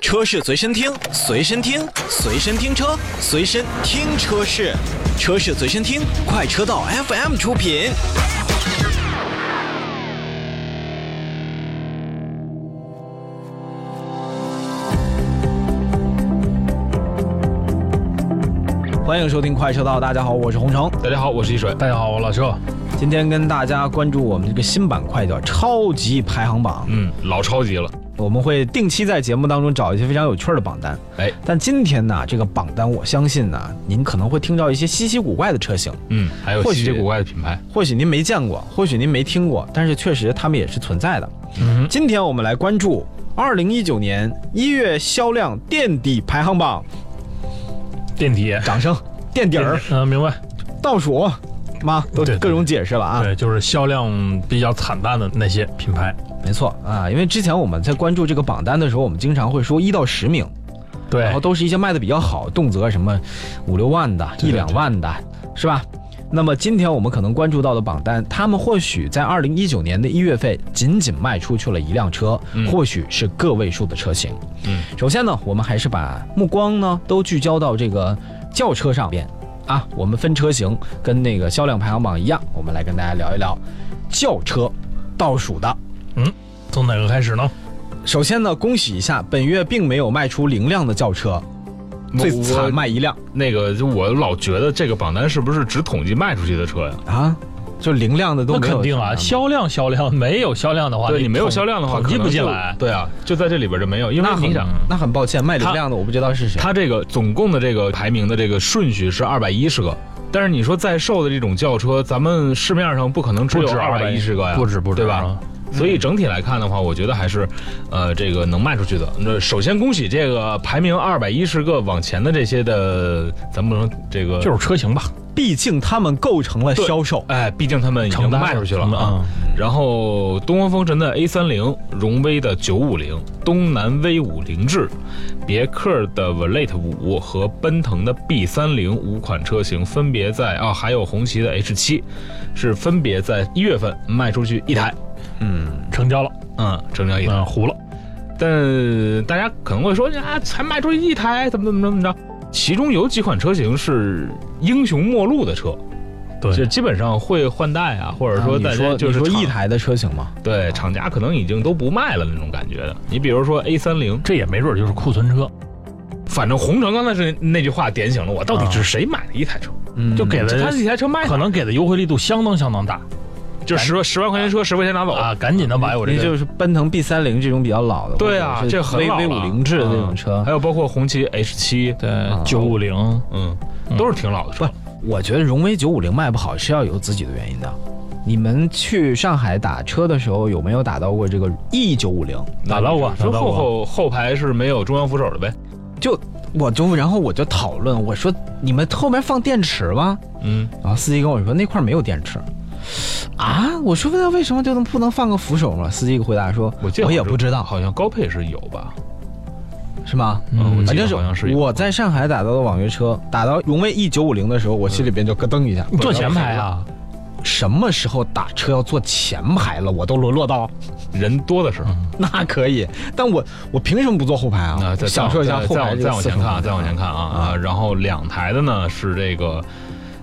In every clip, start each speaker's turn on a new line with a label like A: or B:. A: 车是随身听，随身听，随身听车，随身听车是，车是随身听，快车道 FM 出品。欢迎收听快车道，大家好，我是洪城。
B: 大家好，我是一水。
C: 大家好，我老车。
A: 今天跟大家关注我们这个新板块叫超级排行榜。
B: 嗯，老超级了。
A: 我们会定期在节目当中找一些非常有趣儿的榜单。
B: 哎，
A: 但今天呢，这个榜单我相信呢，您可能会听到一些稀奇古怪的车型，
B: 嗯，还有
A: 或许
B: 稀奇古怪的品牌。
A: 或许您没见过，或许您没听过，但是确实它们也是存在的。
C: 嗯，
A: 今天我们来关注二零一九年一月销量垫底排行榜，
C: 垫底，
A: 掌声，垫底儿，
C: 嗯、明白。
A: 倒数，妈都
C: 对对
A: 各种解释了啊。
C: 对，就是销量比较惨淡的那些品牌。
A: 没错啊，因为之前我们在关注这个榜单的时候，我们经常会说一到十名，
C: 对
A: 然后，都是一些卖的比较好，动辄什么五六万的、一
C: 对
A: 两万的，是吧？那么今天我们可能关注到的榜单，他们或许在二零一九年的一月份仅仅卖出去了一辆车，
B: 嗯
A: 或许是个位数的车型。
B: 嗯，
A: 首先呢，我们还是把目光呢都聚焦到这个轿车上边啊。我们分车型，跟那个销量排行榜一样，我们来跟大家聊一聊轿车倒数的。
C: 从哪个开始呢？
A: 首先呢，恭喜一下，本月并没有卖出零辆的轿车，最
B: 我
A: 惨卖一辆。
B: 那个，就我老觉得这个榜单是不是只统计卖出去的车呀？
A: 啊，就零辆的都
C: 那
A: 没有
C: 肯定啊，
A: 上
C: 销量销量没有销量的话，
B: 嗯对你没有销量的话，
C: 统计
B: 可
C: 不
B: 能
C: 进
B: 就
C: 来。
B: 对啊，就在这里边就没有，因为
A: 那很
B: 你想，
A: 那很抱歉，卖零辆的我不知道是谁。
B: 它这个总共的这个排名的这个顺序是二百一十个，但是你说在售的这种轿车，咱们市面上不可能只有二百一十个呀，
C: 不止不止，嗯
B: 对吧？？所以整体来看的话，我觉得还是，呃，这个能卖出去的。那首先恭喜这个排名二百一十个往前的这些的，咱不能这个
C: 就是车型吧，
A: 毕竟他们构成了销售，
B: 哎，毕竟他们已经
C: 承担
B: 卖出去了啊。
C: 啊。
B: 然后东风风神的 A 三零、荣威的九五零、东南 V 五凌志、别克的 Velate 五和奔腾的 B 三零五款车型分别在啊、还有红旗的 H 七，是分别在一月份卖出去一台，
A: 嗯，
C: 嗯成交了，
B: 嗯，成交一台。
C: 嗯，糊了，
B: 但大家可能会说啊，才卖出去一台，怎么怎么怎么着？其中有几款车型是英雄末路的车，就
C: 对，
B: 基本上会换代啊，或者说
A: 你
B: 大家
A: 说
B: 就是
A: 你说一
B: 厂
A: 台的车型嘛，
B: 对，厂家可能已经都不卖了那种感觉的。你比如说 A 三零，
C: 这也没准就是库存车，
B: 反正红城刚才是那句话点醒了我，到底是谁买的一台车？
A: 嗯
C: 就给了
B: 这他一台车卖
C: 可
B: 了，
C: 能给的优惠力度相当相当大
B: 就十万十万块钱车，十块钱拿走。
C: 啊！赶紧的把我这
A: 你
C: 个
A: 就是奔腾 B 三零这种比较老的，
B: 对啊
A: 或者是
B: 这很
A: V
B: 老
A: V
B: 了
A: 五零制的这种车
B: 还，有包括红旗 H 七，啊
C: 对九五零，
B: 嗯，都是挺老的车。
A: 我觉得荣威九五零卖不好是要有自己的原因的。你们去上海打车的时候有没有打到过这个 E 九五零？
C: 打到过打
B: 说
C: 啊到
B: 后
C: 过
B: 后后排是没有中央扶手的呗？
A: 就我就然后我就讨论，我说你们后面放电池吗？
B: 嗯，
A: 然后司机跟我说那块儿没有电池。啊！我说那为什么就能不能放个扶手吗？司机回答说：“
B: 我记得
A: 我也
B: 好像
A: 不知道，
B: 好像高配是有吧？
A: 是吗？
C: 嗯
B: 我记
A: 反正
B: 得好像是有。
A: 我在上海打到的网约车，打到荣威 E 九五零的时候，我心里边就咯噔一下。
B: 嗯
C: 你坐前排啊，
A: 什么时候打车要坐前排了？我都沦落到
B: 人多的时候，
A: 那可以，但我我凭什么不坐后排啊
B: 啊，？再
A: 享受一下
B: 再
A: 后排这
B: 再再
A: 个
B: 往
A: 四
B: 前
A: 分
B: 看啊，
A: 钟
B: 再往前看啊啊！然后两台的呢是这个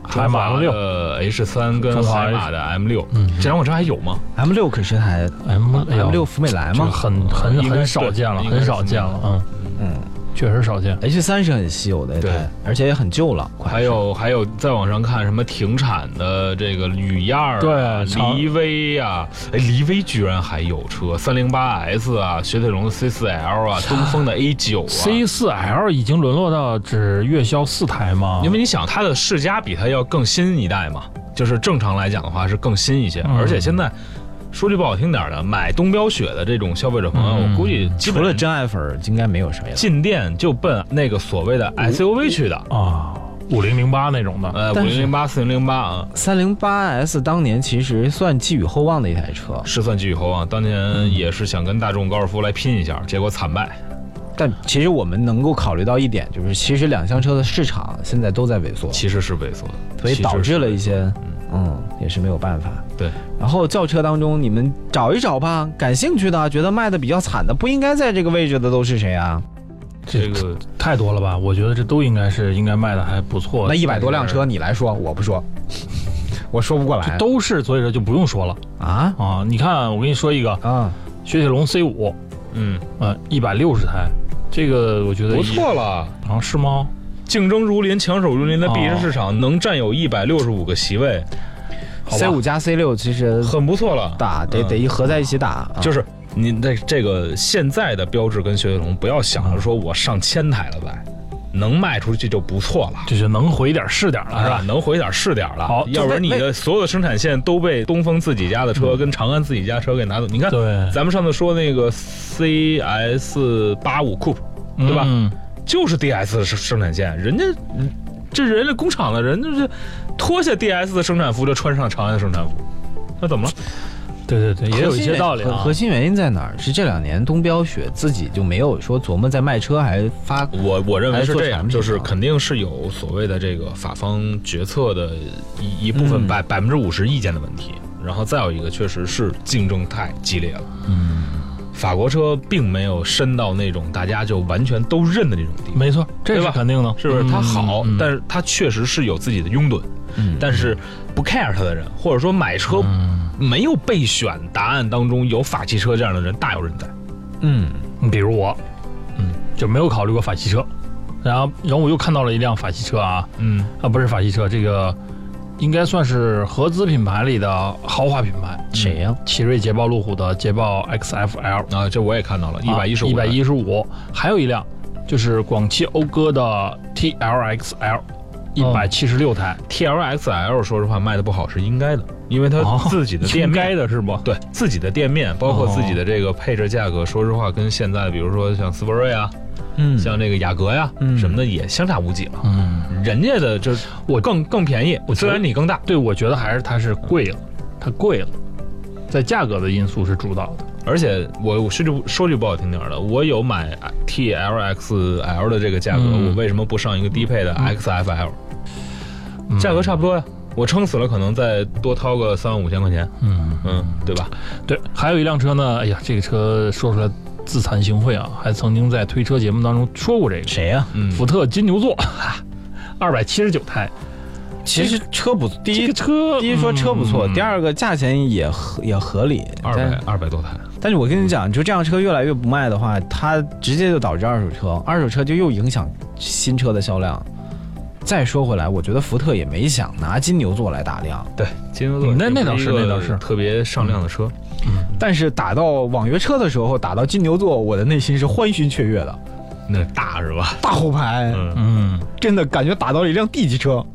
C: 海马
B: 中
C: 六
B: 的 H 三跟
C: 中华
B: 海马的 M 六，这两款车还有吗？
A: M 六可是还
B: 哎
C: M
A: M 六福美来
C: 哎这
A: 吗
C: 个很很
B: 应该
C: 很
B: 是
C: 少见了，
B: 应该是
C: 很少见了，嗯
A: 嗯
C: 确实少见。
A: ？H 三是很稀有的一
B: 对
A: 台，而且也很旧了，快
B: 还有还有，再往上看什么停产的这个雨燕儿啊、
C: 对长
B: 骊威啊，哎，骊威居然还有车，三零八 S 啊，雪铁龙的 C 四 L 啊，东风的 A 九啊。
C: C 四 L 已经沦落到只月销四台吗？
B: 因为你想，它的世嘉比它要更新一代嘛，就是正常来讲的话是更新一些，
C: 嗯
B: 而且现在说句不好听点儿的，买东标雪的这种消费者朋友，
C: 嗯
B: 我估计基
A: 除
B: 本
A: 了真爱粉儿应该没有谁了。
B: 进店就奔那个所谓的 SUV 去的，
C: 啊，五零零八那种的，
B: 呃，五
A: 但是
B: 零零八、四零零八啊，
A: 三零八 S 当年其实算寄予厚望的一台车，
B: 是算寄予厚望，啊当年也是想跟大众高尔夫来拼一下，结果惨败。
A: 但其实我们能够考虑到一点，就是其实两厢车的市场现在都在萎缩，
B: 其实是萎缩的，
A: 所以
B: 其实是
A: 导致了一些，嗯，也是没有办法。
B: 对。
A: 然后轿车当中，你们找一找吧，感兴趣的、觉得卖的比较惨的，不应该在这个位置的都是谁啊？
B: 这个
C: 太多了吧？我觉得这都应该是应该卖的还不错。
A: 那一百多辆车，你来说，我不说， 我说不过来
C: 这都是，所以说就不用说了
A: 啊
C: 啊。你看，我跟你说一个
A: 啊，
C: 雪铁龙 C 五，
B: 嗯
C: 呃，一百六十台，这个我觉得也
B: 不错了。
C: 啊，是吗？
B: 竞争如林，强手如林的 B 级市场能占有一百六十五个席位，好吧
A: C 五加 C 六其实
B: 很不错了。
A: 打得得一合在一起打，啊
B: 就是您的这个现在的标志跟雪铁龙，不要想着说我上千台了呗，能卖出去就不错
A: 啊
B: 了。
C: 就是能回点儿是点儿了，
B: 是
C: 是
B: 吧？
C: 吧？
B: 能回点儿是点儿了，
C: 好
B: 要不然
A: 就
B: 你
A: 为
B: 的所有的生产线都被东风自己家的车跟长安自己家车给拿走。你看，
C: 对，
B: 咱们上次说那个 CS 八五 Coupe，对吧？
C: 嗯
B: 就是 DS 生生产线，人家嗯这人家工厂的人就是脱下 DS 的生产服就穿上长安的生产服，那怎么了？
C: 对对对，也有一些道理
A: 核
C: 啊
A: 核。心原因在哪儿？是这两年东标雪自己就没有说琢磨在卖车还发
B: 我我认为是这
A: 还
B: 样，
A: 是做产品啊
B: 就是肯定是有所谓的这个法方决策的一一部分
A: 嗯
B: 百百分之五十意见的问题，然后再有一个确实是竞争太激烈了。
C: 嗯，
B: 法国车并没有深到那种大家就完全都认的那种地步，
C: 没错，这
B: 对
C: 是
B: 吧
C: 肯定的，
B: 是不是？
C: 嗯
B: 它好，
C: 嗯
B: 但是它确实是有自己的拥趸，
A: 嗯
B: 但是不 care 它的人，或者说买车
C: 嗯，
B: 没有备选答案当中有法汽车这样的人大有人在。
A: 嗯
C: 你比如我，嗯，就没有考虑过法系车，然后然后我又看到了一辆法系车啊，
B: 嗯
C: 啊不是法系车，这个应该算是合资品牌里的豪华品牌，嗯
A: 谁呀？
C: 奇瑞捷豹路虎的捷豹 XFL，
B: 啊，这我也看到了，一百一十五，
C: 一百，一十五，还有一辆就是广汽讴歌的
B: 哦
C: TLXL，一百七十六台，
B: TLXL 说实话卖的不好是应该的，因为它
C: 哦
B: 自己的
C: 应
B: 店面、
C: 该的是不？
B: 对自己的店面，包括
C: 哦
B: 自己的这个配置价
C: 嗯
B: 格，说实话跟现在比如说像斯铂瑞啊，
A: 嗯
B: 像这个雅阁呀、
A: 嗯
B: 什么的也相差无几了。
C: 嗯，
B: 人家的这
C: 我
B: 更更便宜，
C: 我觉得
B: 虽然你更大，
C: 对，我觉得还是它是贵了，它贵了，在价格的因素是主导的。
B: 而且我我说句不说句不好听点儿的，我有买 T L X L 的这个价格，
C: 嗯
B: 我为什么不上一个低配的 X F L？、价
C: 嗯
B: 格差不多呀、我撑死了可能再多掏个三万五千块钱，
C: 嗯，
B: 嗯，对吧？
C: 对，还有一辆车呢，哎呀，这个车说出来自惭形秽啊，还曾经在推车节目当中说过这个
A: 谁呀？
B: 嗯，
C: 福特金牛座，二百七十九台，
A: 其实车不第
C: 这
A: 一
C: 个车，
A: 第一说车不错，
B: 嗯
A: 第二个价钱也合也合理，
B: 二
A: 但
B: 百二百多台，
A: 但是我跟你讲，就这样车越来越不卖的话，它直接就导致二手车，二手车就又影响新车的销量。再说回来，我觉得福特也没想拿金牛座来打量，
B: 对，金牛座
C: 那那倒是
B: 一个
C: 那倒是
B: 特别上量的车，
A: 但是打到网约车的时候，打到金牛座，我的内心是欢欣雀跃的。
B: 那大是吧？
A: 大后排，
B: 嗯，
C: 嗯，
A: 真的感觉打到了一辆 D 级车，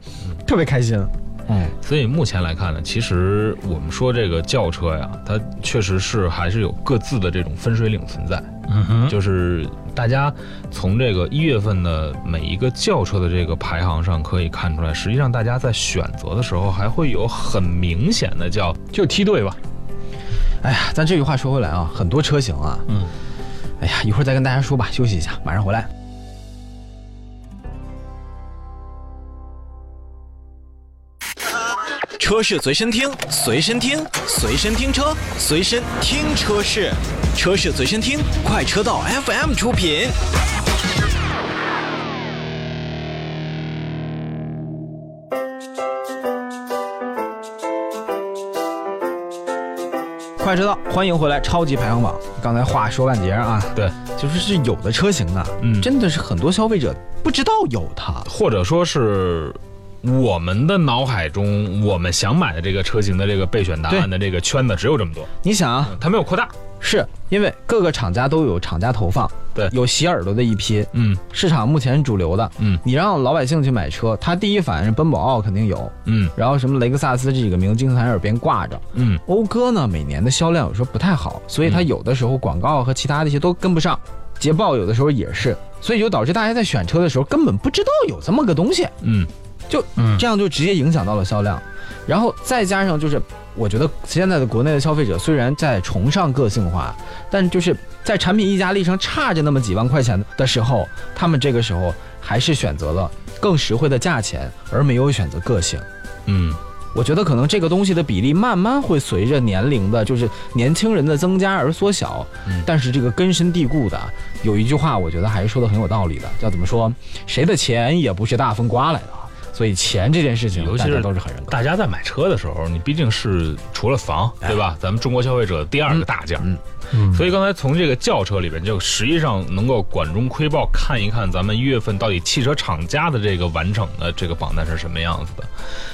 A: 特别开心。嗯，
B: 所以目前来看呢，其实我们说这个轿车呀，它确实是还是有各自的这种分水岭存在。
C: 嗯哼，
B: 就是大家从这个一月份的每一个轿车的这个排行上可以看出来，实际上大家在选择的时候还会有很明显的叫
C: 就梯队吧，
A: 哎呀，咱这句话说回来啊，很多车型啊，
C: 嗯，
A: 哎呀，一会儿再跟大家说吧，休息一下，马上回来。
D: 车是随身听，随身听，随身听车，随身听车是，车是随身听，快车道 FM 出品。
A: 快车道，欢迎回来，超级排行榜。刚才话说半截儿啊，
B: 对，
A: 就是是有的车型啊，
B: 嗯
A: 真的是很多消费者不知道有它。
B: 或者说是我们的脑海中我们想买的这个车型的这个备选答案的这个圈子只有这么多，
A: 你想啊，
B: 它没有扩大。
A: 是因为各个厂家都有厂家投放，
B: 对
A: 有洗耳朵的一批，
B: 嗯
A: 市场目前主流的，
B: 嗯
A: 你让老百姓去买车，他第一反应奔宝奥肯定有，
B: 嗯
A: 然后什么雷克萨斯这几个名经常在耳边挂着。
B: 嗯，
A: 讴歌呢，每年的销量有时候不太好，所以它
B: 嗯
A: 有的时候广告和其他的一些都跟不上。捷豹有的时候也是，所以就导致大家在选车的时候根本不知道有这么个东西，
B: 嗯
C: 嗯，
A: 这样就直接影响到了销量。然后再加上就是，我觉得现在的国内的消费者虽然在崇尚个性化，但就是在产品溢价力上差着那么几万块钱的时候，他们这个时候还是选择了更实惠的价钱，而没有选择个性。
B: 嗯，
A: 我觉得可能这个东西的比例慢慢会随着年龄的，就是年轻人的增加而缩小。
B: 嗯
A: 但是这个根深蒂固的，有一句话，我觉得还是说的很有道理的，叫怎么说？谁的钱也不是大风刮来的，啊所以钱这件事情，
B: 尤其
A: 大家
B: 是
A: 都是很认可。
B: 大家在买车的时候，你毕竟是除了房，对吧？咱们中国消费者第二个大件儿，
A: 嗯
C: 嗯
B: 所以刚才从这个轿车里边，就实际上能够管中窥豹，看一看咱们一月份到底汽车厂家的这个完整的这个榜单是什么样子的。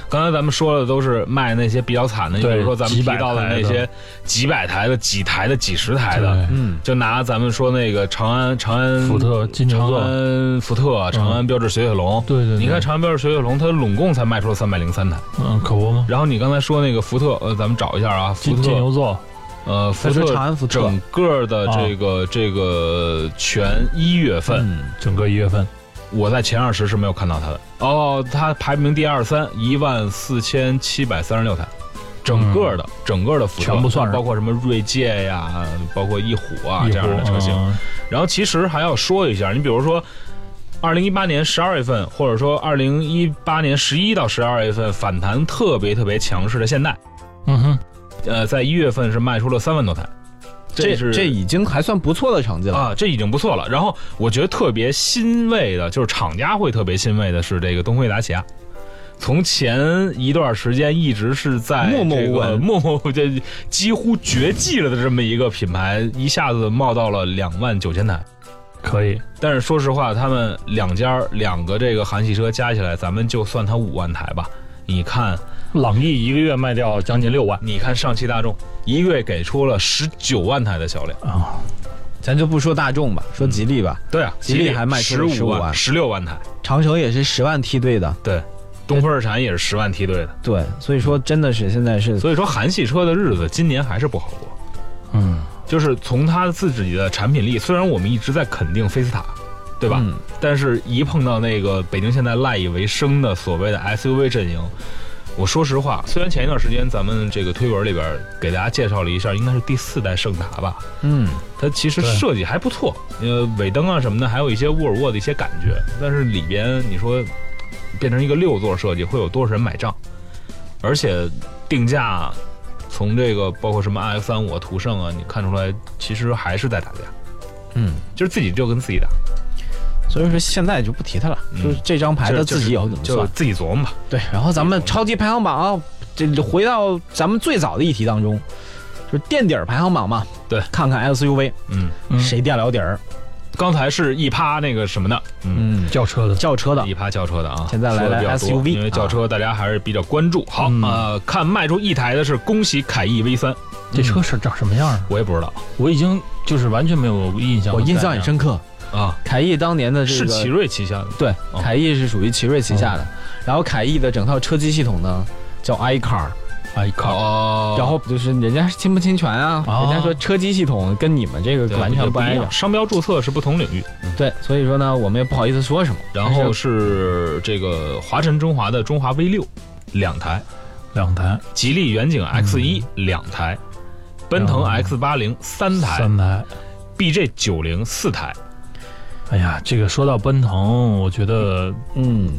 B: 刚才咱们说的都是卖那些比较惨的，你比
C: 对
B: 如说咱们提
C: 几百
B: 到的那
C: 台的
B: 些几百台的、几台的、几十台的
C: 对，
A: 嗯，
B: 就拿咱们说那个长安长安
C: 哎福特金牛
B: 长
C: 座
B: 安福特、长安标致雪铁龙。
C: 对对，对
B: 你看，长安标致雪铁龙，它拢共才卖出了三百零三台。
C: 嗯，可不吗？
B: 然后你刚才说那个福特，呃，咱们找一下啊，福
C: 金金
B: 特，
C: 牛座，
B: 呃，福
A: 他说
B: 特
A: 长安福特，
B: 整个的这
C: 啊
B: 个、这个全一月份，
A: 嗯，
C: 整个一月份
B: 我在前二十是没有看到它的。哦，它排名第二三，一万四千七百三十六台，整个的、整个的福
C: 嗯
B: 特
C: 全部算上
B: 包括什么锐界呀，包括翼虎啊
C: 一
B: 这样的
C: 波
B: 车型。
C: 嗯
B: 然后其实还要说一下，你比如说。二零一八年十二月份，或者说二零一八年十一到十二月份反弹特别特别强势的现代，
C: 嗯哼，
B: 呃，在一月份是卖出了三万多台，
A: 这
B: 是
A: 这已经还算不错的成绩了。
B: 啊，这已经不错了。然后我觉得特别欣慰的，就是厂家会特别欣慰的是这个东风悦达起亚。从前一段时间一直是在
A: 默默
B: 这个
A: 无闻
B: 默默无这几乎绝迹了的这么一个品牌，一下子冒到了两万九千台。
C: 可以，
B: 但是说实话，他们两家儿两个这个韩系车加起来，咱们就算它五万台吧。你看，
C: 朗逸一个月卖掉将近六万
B: 你看上汽大众一个月给出了十九万台的销量，
C: 啊，
A: 咱就不说大众
B: 嗯
A: 吧，说吉利吧，
B: 对啊，
A: 吉利还卖出
B: 十
A: 了
B: 五
A: 15万
B: 十六万台。
A: 长城也是十万梯队的，
B: 对，东风日产也是十万梯队的，
A: 对，所以说真的是现在是
B: 所以说韩系车的日子今年还是不好过。
C: 嗯，
B: 就是从它自己的产品力，虽然我们一直在肯定菲斯塔，对吧？
A: 嗯
B: 但是一碰到那个北京现在赖以为生的所谓的 SUV 阵营，我说实话，虽然前一段时间咱们这个推文里边给大家介绍了一下，应该是第四代圣达吧，
A: 嗯，
B: 它其实
C: 对
B: 设计还不错，呃，尾灯啊什么的，还有一些沃尔沃的一些感觉。但是里边你说变成一个六座设计，会有多少人买账？而且定价从这个包括什么 iX 三五、途胜啊，你看出来其实还是在打架，
A: 嗯，
B: 就是自己就跟自己打，
A: 所以说现在就不提它了，
B: 嗯
A: 就是这张牌
B: 就
A: 它
B: 是
A: 自己以后怎么
B: 就
A: 算？
B: 自己琢磨吧。
A: 对，然后咱们超级排行榜啊，这回到咱们最早的一题当中，就是垫底儿排行榜嘛，
B: 对，
A: 看看 SUV
B: 嗯，
C: 嗯
A: 谁垫了底儿，
B: 刚才是一趴那个什么的，嗯。
A: 嗯，
C: 轿车的
A: 轿车的
B: 一趴轿车的啊，
A: 现在来
B: 说的比较多
A: SUV
B: 因为轿车大家还是比较关注。好，
C: 嗯
B: 呃，看卖出一台的是恭喜凯翼 V 三，
C: 这车是长什么样啊？
B: 我也不知道
C: 我已经就是完全没有印象
A: 我
C: 了，
A: 印象很深刻，
B: 啊，
A: 凯翼当年的这
B: 是
A: 个
B: 奇瑞旗下的，
A: 对，
B: 哦
A: 凯翼是属于奇瑞旗下的，然后凯翼的整套车机系统呢叫 iCar，
C: 哎靠，
B: 哦
A: 然后就是人家是侵不侵权啊？
C: 哦
A: 人家说车机系统跟你们这个
B: 对
A: 完全不
B: 一
A: 一样
B: 样，。商标注册是不同领域。
A: 对，所以说呢，我们也不好意思说什么。
B: 然后是这个华晨中华的中华 V 六两台，
C: 两台
B: 吉利远
A: 嗯
B: 景 X 一两台，奔
A: 哦
B: 腾
C: 然
B: X 八零三台
C: 三台，
B: ，BJ 九零四台，
C: 哎呀，这个说到奔腾，我觉得
A: 嗯，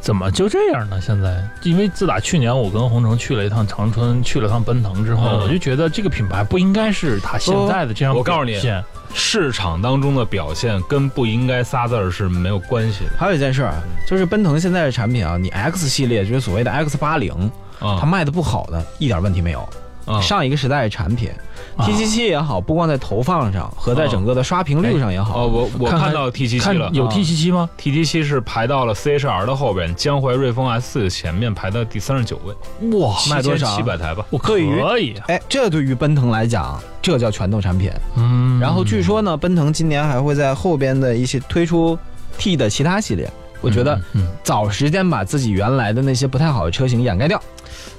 C: 怎么就这样呢？现在，因为自打去年我跟红城去了一趟长春，去了趟奔腾之后，
B: 嗯
C: 我就觉得这个品牌不应该是它
A: 哦
C: 现在的这样
B: 我告诉你
C: 表现
B: 市场当中的表现跟不应该仨字儿是没有关系
A: 还有一件事儿，啊就是奔腾现在的产品啊，你 X 系列就是所谓的 X 八零，
B: 的
A: 它
B: 啊
A: 卖的不好的一点问题没有。
B: 啊
A: 上一个时代的产品
C: 啊
A: ，T 7 7也好，不光在投放上和
B: 啊
A: 在整个的刷屏率上也
B: 哦，
A: 好，
B: 我我
C: 看看
B: 看到 T 七七
C: 看
B: 了
A: 啊
C: 有 T 七七吗？
B: ，T 七七是排到了 CHR 的后边，江淮瑞风 S 四前面排到第三十九位，
C: 哇，
A: 卖多少
B: 七百台吧。
C: 我可
A: 对于
C: 以，啊
A: 哎，这对于奔腾来讲，这叫拳头产品。
C: 嗯，
A: 然后据说呢，奔腾今年还会在后边的一些推出 T 的其他系列。我觉得
C: 嗯，
A: 早时间把自己原来的那些不太好的车型掩盖掉，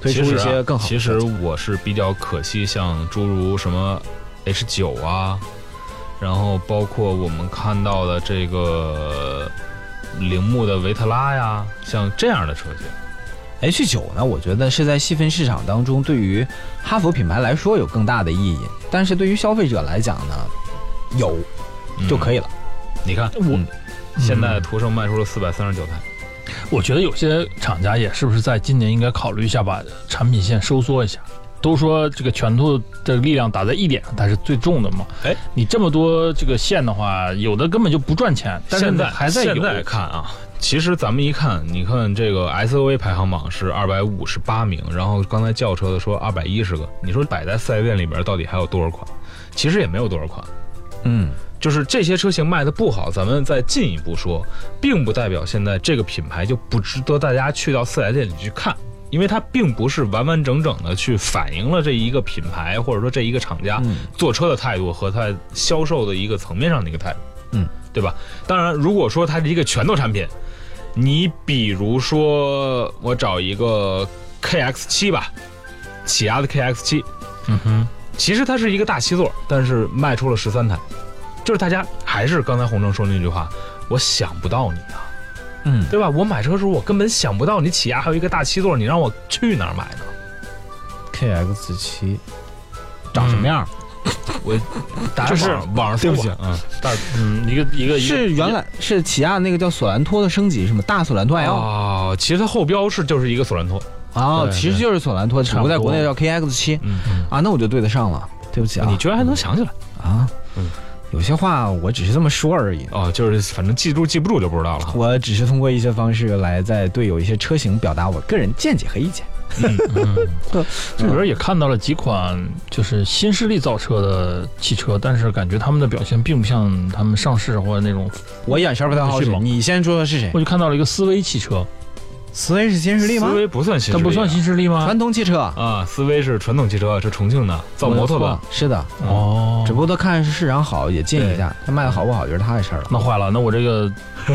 A: 推出一
B: 其实
A: 些
B: 啊
A: 更好的
B: 其实我是比较可惜，像诸如什么 H 九啊，然后包括我们看到的这个铃木的维特拉呀，像这样的车型，
A: H 九呢，我觉得是在细分市场当中，对于哈弗品牌来说有更大的意义，但是对于消费者来讲呢，有
B: 嗯
A: 就可以了。嗯
B: 你看，嗯
C: 我
B: 现在途胜卖出了四百三十九台，
C: 我觉得有些厂家也是不是在今年应该考虑一下，把产品线收缩一下。都说这个拳头的力量打在一点上，它是最重的嘛。
B: 哎，
C: 你这么多这个线的话，有的根本就不赚钱，但是
B: 现在
C: 还在有。
B: 现在看啊，其实咱们一看，你看这个 SUV 排行榜是二百五十八名，然后刚才轿车的说二百一十个，你说摆在四 S 店里边到底还有多少款？其实也没有多少款，
A: 嗯，
B: 就是这些车型卖的不好，咱们再进一步说，并不代表现在这个品牌就不值得大家去到四 S 店里去看。因为它并不是完完整整的去反映了这一个品牌或者说这一个厂家
A: 嗯
B: 做车的态度和它销售的一个层面上的一个态度，
A: 嗯，
B: 对吧？当然，如果说它是一个拳头产品，你比如说我找一个 KX 7吧，起亚的 KX 7
C: 嗯哼，
B: 其实它是一个大七座，但是卖出了十三台，就是大家还是刚才洪正说那句话，我想不到你啊，
A: 嗯，
B: 对吧？我买车的时候我根本想不到你起亚还有一个大七座，你让我去哪儿买呢？
A: KX 七长什么样？
B: 大家
C: 就是
B: 网上网上
C: 对
B: 搜
C: 不
B: 去
C: 起
B: 啊，大
C: 嗯，一个一个一个
A: 是原来是起亚那个叫索兰托的升级是吗？大索兰托 L
B: 哦，其实它后标是就是一个索兰托，
A: 啊，
C: 对
A: 其实就是索兰托，只不过在国内叫 KX 七
B: 嗯，
A: 啊，那我就对得上了。对不起啊，
B: 你居然还能想起来
A: 啊
B: 嗯，
A: 有些话我只是这么说而已，
B: 哦，就是反正记住记不住就不知道了哈。
A: 我只是通过一些方式来在对有一些车型表达我个人见解和意见。
C: 嗯这里边也看到了几款就是新势力造车的汽车，但是感觉他们的表现并不像他们上市或者那种。
A: 我眼神不太好
C: 是
A: 使，
C: 吗
A: 你先说说是谁
C: 我？就看到了一个思威汽车，
A: 思威是新势力吗
B: 思？维不算新势
C: 它
B: 力啊，
C: 不算新势力吗？
A: 传统汽车，
B: 啊，思维是传统汽车，是重庆的，造摩托的。
A: 是的，
C: 哦
A: 只不过看市场好，也建议一下，他卖的好不好就是他的事儿了。
C: 那坏了，那我这个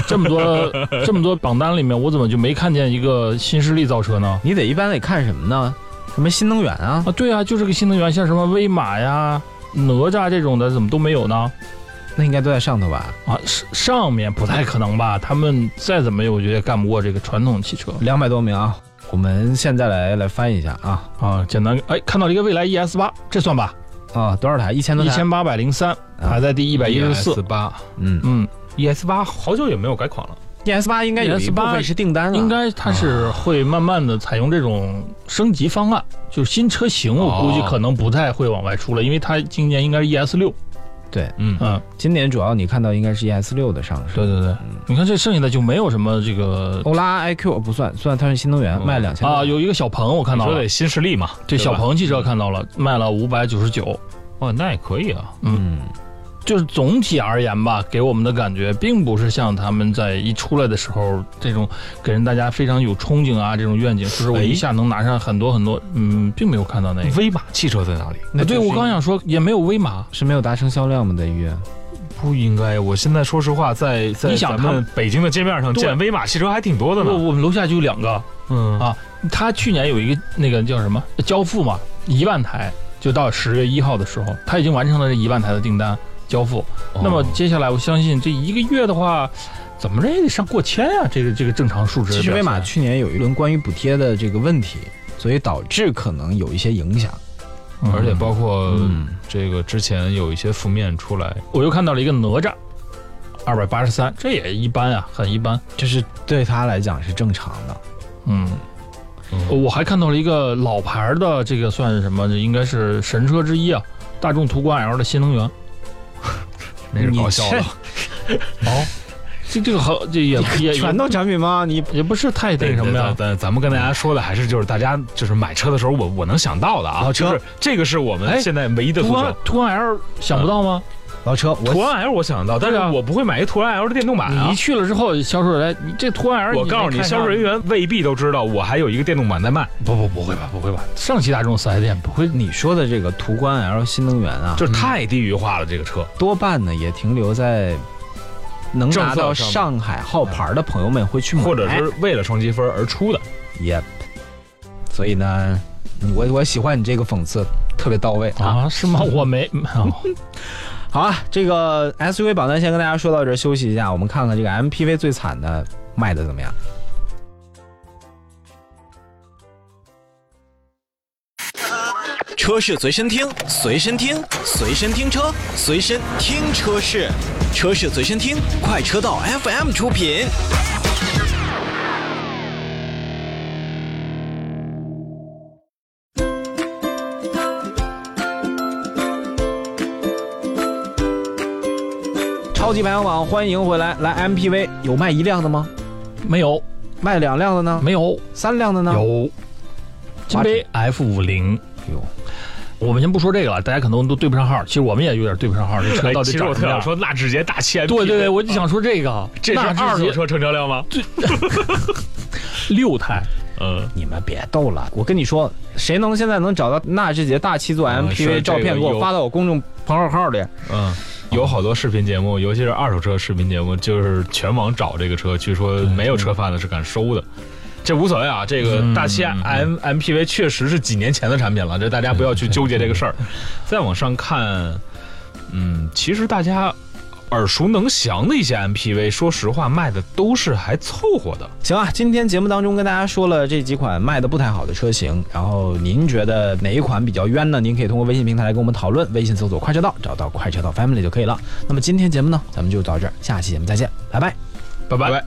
C: 这么多这么多榜单里面，我怎么就没看见一个新势力造车呢？
A: 你得一般得看什么呢？什么新能源啊？
C: 啊，对啊，就是个新能源，像什么威马呀、哪吒这种的，怎么都没有呢？
A: 那应该都在上头吧？
C: 啊，上上面不太可能吧？他们再怎么有，我觉得也干不过这个传统汽车
A: 两百多名啊！我们现在来来翻一下啊
C: 啊。简单，哎，看到了一个蔚来 ES 八，这算吧，
A: 啊，多少台？一千多
C: 一
A: 台。
C: 千八百零三，排在第一百一十四。
B: 八
A: 嗯
C: 嗯，
B: ，ES 八好久也没有改款了。
A: ，ES 八应该有一部
C: ES8
A: 分是订单了，
C: E 应该它是会慢慢的采用这种升级方案，就是新车型，我估计
B: 哦
C: 可能不太会往外出了，因为它今年应该是 ES 六。
A: 对。
B: 嗯
C: 嗯，
A: 今年主要你看到应该是 ES 六的上市，
C: 对对对，
A: 嗯
C: 你看这剩下的就没有什么这个
A: 欧拉 iQ 不算，算它是新能源，
B: 嗯
A: 哦卖两千
C: 啊，有一个小鹏我看
B: 你
C: 到
B: 说
C: 了
B: 得，新势力嘛，
C: 对
B: 对
C: 小
B: 吧
C: 鹏汽车看到了，卖了五百九十九，
B: 哦，那也可以啊。
A: 嗯，
C: 就是总体而言吧，给我们的感觉并不是像他们在一出来的时候这种给人大家非常有憧憬啊这种愿景，就是我
B: 哎
C: 一下能拿上很多很多，嗯，并没有看到那个。
B: 威马汽车在哪里？
A: 那
C: 啊对
A: 就是
C: 我刚想说也没有威马，
A: 是没有达成销量吗？在预约，
B: 不应该，我现在说实话，在在
C: 你想
B: 咱
C: 他
B: 们
C: 们
B: 北京的街面上
C: 对
B: 见威马汽车还挺多的
C: 我
B: 呢。
C: 我们楼下就有两个，
B: 嗯
C: 啊他去年有一个那个叫什么交付嘛，一万台，就到十月一号的时候，他已经完成了这一万台的订单交付。
B: 哦
C: 那么接下来，我相信这一个月的话，怎么着也得上过千啊，这个这个正常数值的
A: 其
C: 表现。
A: 实威马去年有一轮关于补贴的这个问题，所以导致可能有一些影响。
C: 嗯，
B: 而且包括
A: 嗯
B: 这个之前有一些负面出来，
C: 我又看到了一个哪吒，二百八十三，这也一般啊，很一般。
A: 就是对他来讲是正常的。
C: 嗯，
B: 嗯
C: 我还看到了一个老牌儿的，这个算是什么？这应该是神车之一啊，大众途观 L 的新能源。
B: 那是搞笑了
A: 你。
C: 这这个好，这也也也
A: 都产品吗？你
C: 也不是太那
B: 对
C: 个什么呀
B: 咱。咱咱们跟大家说的还是就是大家就是买车的时候我，我能想到的啊，
A: 老车
B: 就是这个是我们
C: 哦哎
B: 现在唯一的
C: 途
B: 诉
C: 观
B: 求。
C: 途观 L 想不到吗？
A: 老车，
B: 途
A: 我
B: 安 L 我想到，但是
C: 对啊
B: 我不会买一途安 L 的电动版
C: 你
B: 啊
C: 一。去了之后，销售人员，你这途观 L，
B: 我告诉你，销售人员未必都知道，我还有一个电动版在卖，
C: 不不不会吧，不会吧，上汽大众四 S 店不会。
A: 你说的这个途观 L 新能源啊，
C: 嗯
B: 就是太地域化了。这个车，
A: 多半呢也停留在能拿到上海号牌的朋友们会去买，
B: 或者是为了双积分而出的。
C: 哎
A: Yep。所以呢，我我喜欢你这个讽刺，特别到位啊。
C: 啊，是吗？我没， 哦
A: 好啊，这个 SUV 榜单先跟大家说到这儿，休息一下，我们看看这个 MPV 最惨的卖的怎么样。
D: 车是随身听，随身听，随身听车，随身听车是，车是随身听，快车道 FM 出品。
A: 超级排行榜，欢迎回来。来 MPV 有卖一辆的吗？
C: 没有，
A: 卖两辆的呢？
C: 没有，
A: 三辆的呢？
C: 有，金杯 F 五零。
A: 有。
C: 我们先不说这个了，大家可能都对不上号。其实我们也有点对不上号，这车
B: 哎
C: 到底
B: 其实
C: 长
B: 我
C: 什
B: 特
C: 么样
B: 想？说，那直接大气 MPV，
C: 对对对，我就想说这个，
B: 这是
C: 纳智
B: 二手
C: 捷
B: 车成交量吗？
C: 六胎，
B: 嗯，
A: 你们别逗了，我跟你说，谁能现在能找到纳智捷大七座
B: 啊是
A: MPV
B: 这
A: 照
B: 个
A: 片给我
B: 有
A: 发到我公众朋友号里？
B: 嗯，有好多视频节目，尤其是二手车视频节目，就是全网找这个车，据说没有车贩子是敢收的。这无所谓啊，这个大气 M M P V 确实是几年前的产品了，这大家不要去纠结这个事儿。再往上看，嗯，其实大家耳熟能详的一些 M P V，说实话卖的都是还凑合的。
A: 行啊，今天节目当中跟大家说了这几款卖的不太好的车型，然后您觉得哪一款比较冤呢？您可以通过微信平台来跟我们讨论，微信搜索“快车道”，找到“快车道 Family” 就可以了。那么今天节目呢，咱们就到这儿，下期节目再见，拜拜。
B: 拜拜。